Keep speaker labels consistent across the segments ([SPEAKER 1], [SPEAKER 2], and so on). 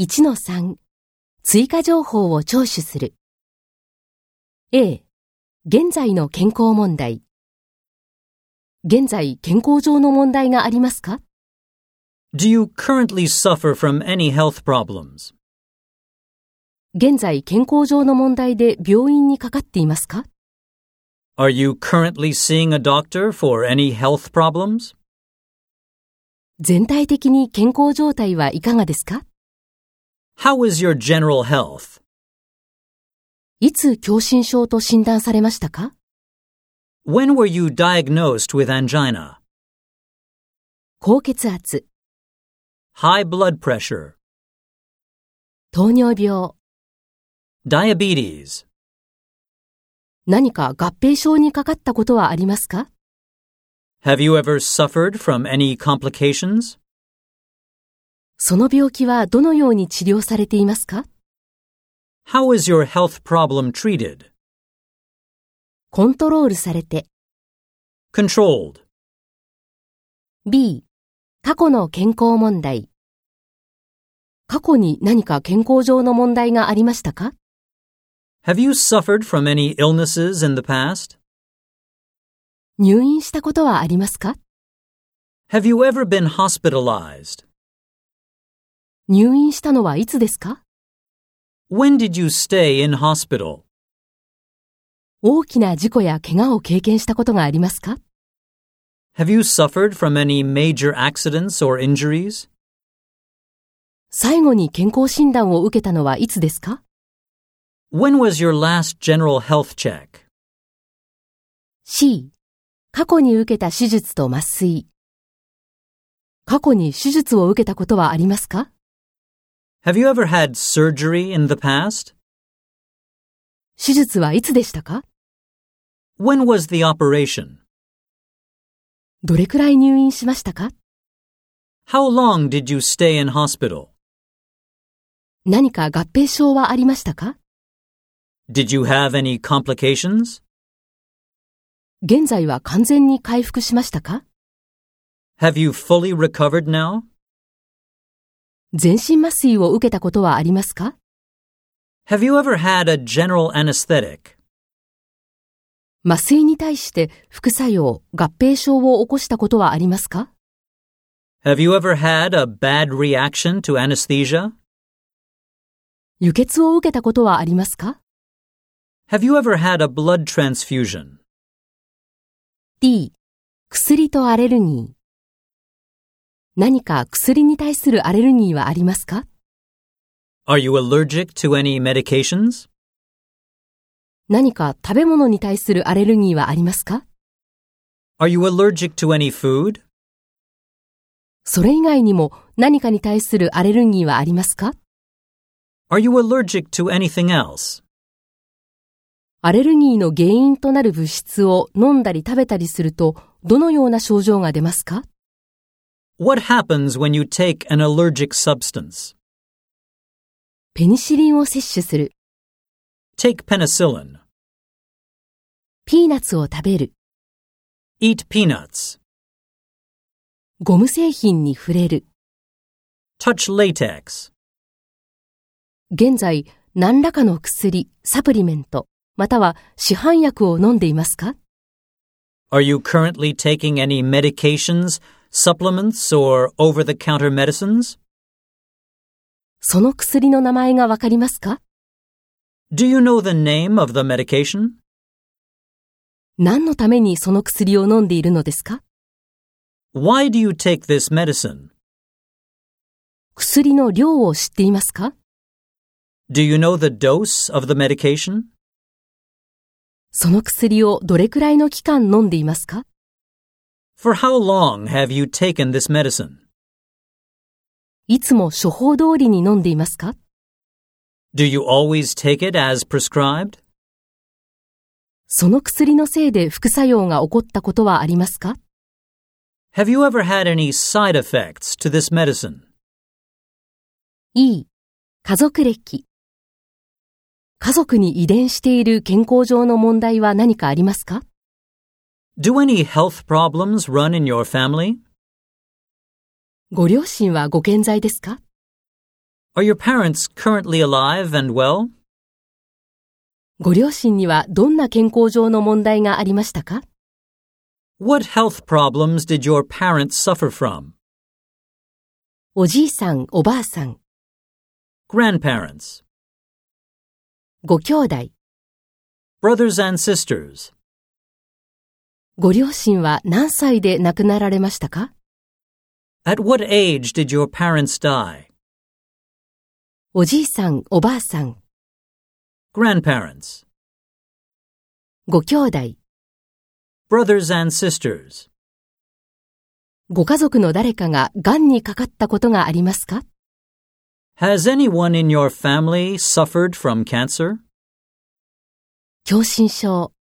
[SPEAKER 1] 1-3追加情報を聴取する A 現在の健康問題現在健康上の問題がありますか
[SPEAKER 2] Do you currently suffer from any health problems?
[SPEAKER 1] 現在健康上の問題で病院にかかっていますか
[SPEAKER 2] Are you currently seeing a doctor for any health problems?
[SPEAKER 1] 全体的に健康状態はいかがですか
[SPEAKER 2] How is your general health?
[SPEAKER 1] いつ狭心症と診断されましたか
[SPEAKER 2] When were you diagnosed with angina?
[SPEAKER 1] 高血圧、
[SPEAKER 2] High blood pressure?
[SPEAKER 1] 糖尿病、
[SPEAKER 2] Diabetes?
[SPEAKER 1] 何か合併症にかかったことはありますか
[SPEAKER 2] Have you ever suffered from any complications?
[SPEAKER 1] その病気はどのように治療されていますか
[SPEAKER 2] How is your health problem treated?
[SPEAKER 1] コントロールされて
[SPEAKER 2] Controlled?
[SPEAKER 1] B 過去の健康問題過去に何か健康上の問題がありましたか
[SPEAKER 2] Have you suffered from any illnesses in the past?
[SPEAKER 1] 入院したことはありますか
[SPEAKER 2] Have you ever been hospitalized?
[SPEAKER 1] 入院したのはいつですか
[SPEAKER 2] When did you stay in hospital?
[SPEAKER 1] 大きな事故や怪我を経験したことがありますか
[SPEAKER 2] Have you suffered from any major accidents or injuries?
[SPEAKER 1] 最後に健康診断を受けたのはいつですか
[SPEAKER 2] When was your last general health check?
[SPEAKER 1] C 過去に受けた手術と麻酔過去に手術を受けたことはありますか
[SPEAKER 2] Have you ever had surgery in the past?
[SPEAKER 1] 手術はいつでしたか
[SPEAKER 2] When was the operation?
[SPEAKER 1] どれくらい入院しましたか
[SPEAKER 2] How long did you stay in hospital?
[SPEAKER 1] 何か合併症はありましたか
[SPEAKER 2] Did you have any complications?
[SPEAKER 1] 現在は完全に回復しましたか
[SPEAKER 2] Have you fully recovered now?
[SPEAKER 1] 全身麻酔を受けたことはありますか
[SPEAKER 2] Have you ever had a general anesthetic?
[SPEAKER 1] 麻酔に対して副作用、合併症を起こしたことはありますか
[SPEAKER 2] Have you ever had a bad reaction to anesthesia?
[SPEAKER 1] 輸血を受けたことはありますか
[SPEAKER 2] Have you ever had a blood transfusion?
[SPEAKER 1] ?D、薬とアレルギー。何か薬に対するアレルギーはありますか
[SPEAKER 2] Are you allergic to any medications?
[SPEAKER 1] 何か食べ物に対するアレルギーはありますか
[SPEAKER 2] Are you allergic to any food?
[SPEAKER 1] それ以外にも何かに対するアレルギーはありますか
[SPEAKER 2] Are you allergic to anything else?
[SPEAKER 1] アレルギーの原因となる物質を飲んだり食べたりするとどのような症状が出ますか
[SPEAKER 2] What happens when you take an allergic substance?
[SPEAKER 1] ペニシリンを摂取する、
[SPEAKER 2] Take penicillin.
[SPEAKER 1] ピーナッツを食べる、
[SPEAKER 2] Eat peanuts.
[SPEAKER 1] ゴム製品に触れる。
[SPEAKER 2] Touch latex.
[SPEAKER 1] 現在、何らかの薬、サプリメント、または市販薬を飲んでいますか
[SPEAKER 2] Are you currently taking any medications, supplements, or over the counter medicines?
[SPEAKER 1] その薬の名前がわかりますか
[SPEAKER 2] Do you know the name of the medication?
[SPEAKER 1] 何のためにその薬を飲んでいるのですか
[SPEAKER 2] Why do you take this medicine?
[SPEAKER 1] 薬の量を知っていますか
[SPEAKER 2] Do you know the dose of the medication?
[SPEAKER 1] その薬をどれくらいの期間飲んでいますか
[SPEAKER 2] For how long have you taken this medicine?
[SPEAKER 1] いつも処方通りに飲んでいますか
[SPEAKER 2] Do you always take it as prescribed?
[SPEAKER 1] その薬のせいで副作用が起こったことはありますか
[SPEAKER 2] Have you ever had any side effects to this medicine?
[SPEAKER 1] ?E、家族歴。家族に遺伝している健康上の問題は何かありますか
[SPEAKER 2] Do any health problems run in your family?
[SPEAKER 1] ご両親はご健在ですか
[SPEAKER 2] Are your parents currently alive and well?
[SPEAKER 1] ご両親にはどんな健康上の問題がありましたか
[SPEAKER 2] What health problems did your parents suffer from?
[SPEAKER 1] おじいさん、おばあさん、
[SPEAKER 2] Grandparents,
[SPEAKER 1] ご兄弟、
[SPEAKER 2] brothers and sisters.
[SPEAKER 1] ご両親は何歳で亡くなられましたか
[SPEAKER 2] At what age did your parents die?
[SPEAKER 1] おじいさん、おばあさん、
[SPEAKER 2] Grandparents,
[SPEAKER 1] ご兄弟、
[SPEAKER 2] brothers and sisters.
[SPEAKER 1] ご家族の誰かが癌にかかったことがありますか
[SPEAKER 2] Has anyone in your family suffered from cancer?
[SPEAKER 1] 狭心症、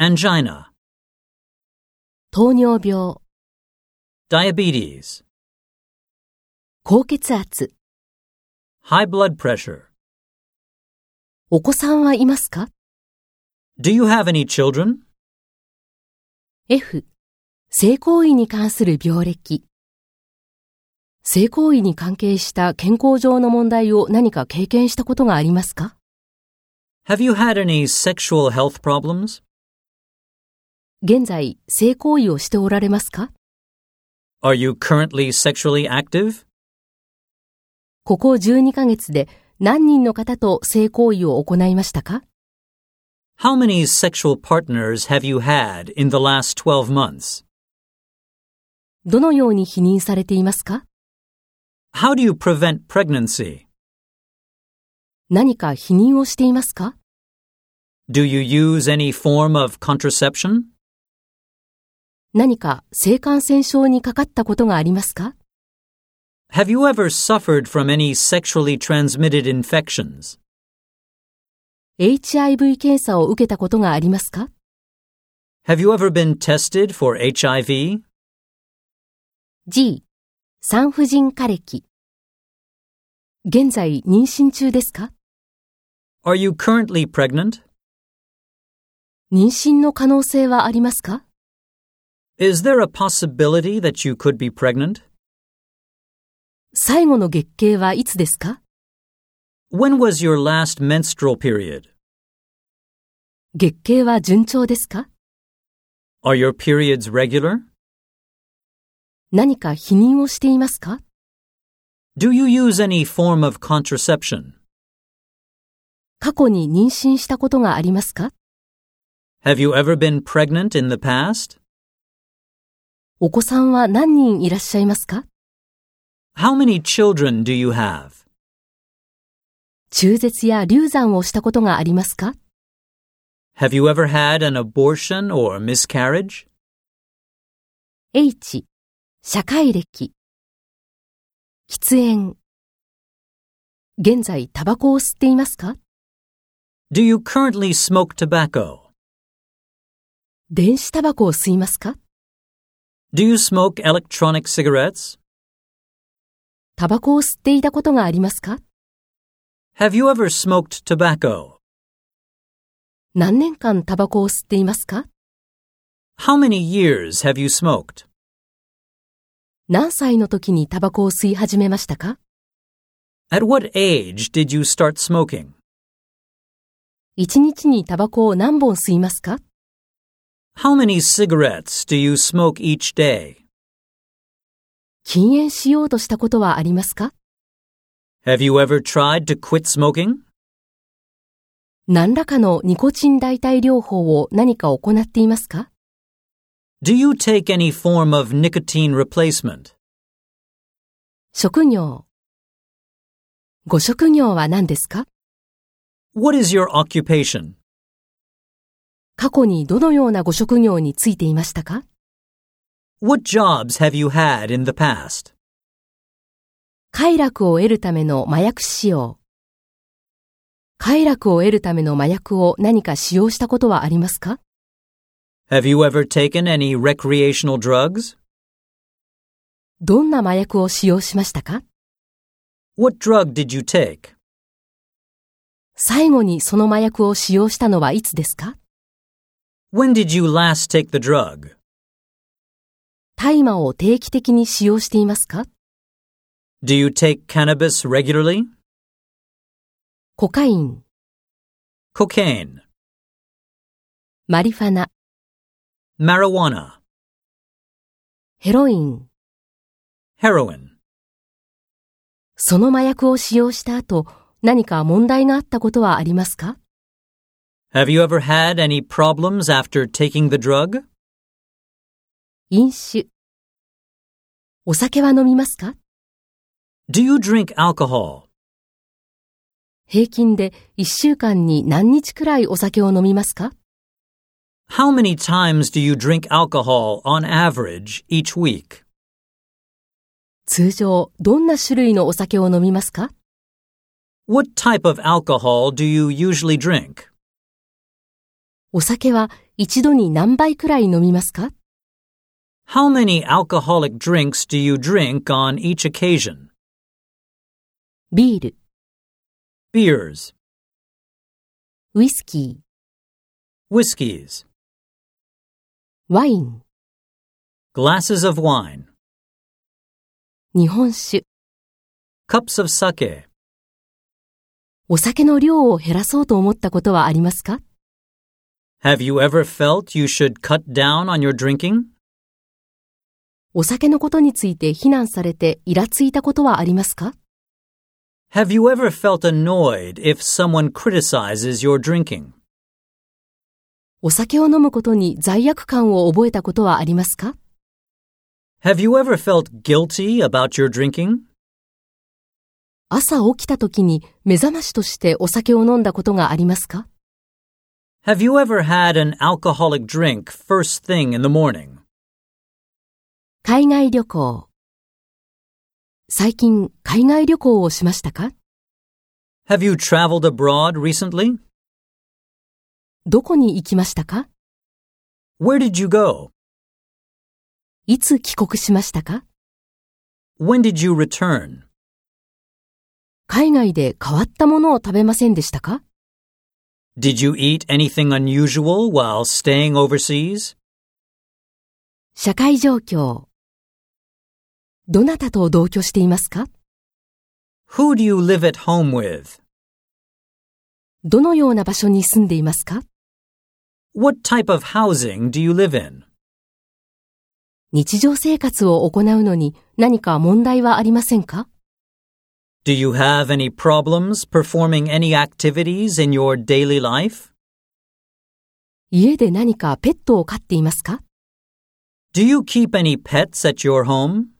[SPEAKER 2] Angina,
[SPEAKER 1] 糖尿病、
[SPEAKER 2] diabetes,
[SPEAKER 1] 高血圧、
[SPEAKER 2] high blood pressure.
[SPEAKER 1] お子さんはいますか
[SPEAKER 2] Do you have any children?
[SPEAKER 1] F、性行為に関する病歴。性行為に関係した健康上の問題を何か経験したことがありますか
[SPEAKER 2] Have you had any sexual health problems?
[SPEAKER 1] 現在、性行為をしておられますか
[SPEAKER 2] Are you currently sexually active?
[SPEAKER 1] ここ12ヶ月で何人の方と性行為を行いましたか
[SPEAKER 2] How many sexual partners have you had in the last 12 months?
[SPEAKER 1] どのように否認されていますか
[SPEAKER 2] How do you prevent pregnancy?
[SPEAKER 1] 何か否認をしていますか
[SPEAKER 2] Do you use any form of contraception?
[SPEAKER 1] 何か性感染症にかかったことがありますか
[SPEAKER 2] Have you ever suffered from any sexually transmitted infections?
[SPEAKER 1] ?HIV 検査を受けたことがありますか
[SPEAKER 2] Have you ever been tested for HIV?
[SPEAKER 1] G、産婦人科歴。現在妊娠中ですか
[SPEAKER 2] Are you currently pregnant?
[SPEAKER 1] 妊娠の可能性はありますか
[SPEAKER 2] Is there a possibility that you could be pregnant?
[SPEAKER 1] 最後の月経はいつですか
[SPEAKER 2] When was your last menstrual period?
[SPEAKER 1] 月経は順調ですか
[SPEAKER 2] Are your periods regular?
[SPEAKER 1] 何か否認をしていますか
[SPEAKER 2] Do you use any form of contraception?
[SPEAKER 1] 過去に妊娠したことがありますか
[SPEAKER 2] Have you ever been pregnant in the past?
[SPEAKER 1] お子さんは何人いらっしゃいますか
[SPEAKER 2] How many children do you have?
[SPEAKER 1] 中絶や流産をしたことがありますか
[SPEAKER 2] Have you ever had an abortion or miscarriage?
[SPEAKER 1] ?H、社会歴。喫煙。現在、タバコを吸っていますか
[SPEAKER 2] Do you currently smoke tobacco?
[SPEAKER 1] 電子タバコを吸いますか
[SPEAKER 2] Do you smoke electronic cigarettes?
[SPEAKER 1] タバコを吸っていたことがありますか
[SPEAKER 2] Have you ever smoked tobacco?
[SPEAKER 1] 何年間タバコを吸っていますか
[SPEAKER 2] How many years have you smoked?
[SPEAKER 1] 何歳の時にタバコを吸い始めましたか
[SPEAKER 2] At what age did you start smoking?
[SPEAKER 1] 一日にタバコを何本吸いますか
[SPEAKER 2] How many cigarettes do you smoke each day?
[SPEAKER 1] 禁煙しようとしたことはありますか
[SPEAKER 2] Have you ever tried to quit smoking?
[SPEAKER 1] 何らかのニコチン代替療法を何か行っていますか
[SPEAKER 2] Do you take any form of nicotine replacement?
[SPEAKER 1] 職業。ご職業は何ですか
[SPEAKER 2] What is your occupation?
[SPEAKER 1] 過去にどのようなご職業についていましたか
[SPEAKER 2] What jobs have you had in the past?
[SPEAKER 1] 快楽を得るための麻薬使用。快楽を得るための麻薬を何か使用したことはありますか
[SPEAKER 2] Have you ever taken any recreational drugs?
[SPEAKER 1] どんな麻薬を使用しましたか
[SPEAKER 2] What drug did you take?
[SPEAKER 1] 最後にその麻薬を使用したのはいつですか
[SPEAKER 2] When did you last take the drug?
[SPEAKER 1] 大麻を定期的に使用していますか
[SPEAKER 2] Do you take cannabis regularly?
[SPEAKER 1] コカイン、
[SPEAKER 2] Cocaine.
[SPEAKER 1] マリファナ、
[SPEAKER 2] Marijuana.
[SPEAKER 1] ヘロイン、
[SPEAKER 2] Heroin.
[SPEAKER 1] その麻薬を使用した後、何か問題があったことはありますか
[SPEAKER 2] Have you ever had any problems after taking the drug?
[SPEAKER 1] 飲酒。お酒は飲みますか
[SPEAKER 2] Do you drink alcohol?
[SPEAKER 1] 平均で1週間に何日くらいお酒を飲みますか
[SPEAKER 2] How many times do you drink alcohol on average each week?
[SPEAKER 1] 通常、どんな種類のお酒を飲みますか
[SPEAKER 2] What type of alcohol do you usually drink?
[SPEAKER 1] お酒は一度に何杯くらい飲みますか
[SPEAKER 2] How many alcoholic drinks do you drink on each occasion?
[SPEAKER 1] ビール、
[SPEAKER 2] Beers,
[SPEAKER 1] ウイスキ
[SPEAKER 2] whiskies,
[SPEAKER 1] ー、ワイン、
[SPEAKER 2] glasses of wine,
[SPEAKER 1] 日本酒。
[SPEAKER 2] cups of sake.
[SPEAKER 1] お酒の量を減らそうと思ったことはありますか
[SPEAKER 2] Have you ever felt you should cut down on your drinking?
[SPEAKER 1] お酒のことについて非難されてイラついたことはありますか
[SPEAKER 2] Have you ever felt annoyed if someone criticizes your drinking?
[SPEAKER 1] お酒を飲むことに罪悪感を覚えたことはありますか
[SPEAKER 2] Have you ever felt guilty about your drinking?
[SPEAKER 1] 朝起きた時に目覚ましとしてお酒を飲んだことがありますか
[SPEAKER 2] Have you ever had an alcoholic drink first thing in the morning?
[SPEAKER 1] 海外旅行。最近、海外旅行をしましたか
[SPEAKER 2] Have you traveled abroad recently?
[SPEAKER 1] どこに行きましたか
[SPEAKER 2] Where did you go?
[SPEAKER 1] いつ帰国しましたか
[SPEAKER 2] When did you return?
[SPEAKER 1] 海外で変わったものを食べませんでしたか
[SPEAKER 2] Did you eat anything unusual while staying overseas?
[SPEAKER 1] 社会状況。どなたと同居していますか
[SPEAKER 2] Who do you live at home with?
[SPEAKER 1] どのような場所に住んでいますか
[SPEAKER 2] What type of housing do you live in?
[SPEAKER 1] 日常生活を行うのに何か問題はありませんか
[SPEAKER 2] Do you have any problems performing any activities in your daily life?
[SPEAKER 1] 家で何かペットを飼っていますか
[SPEAKER 2] Do you keep any pets at your home?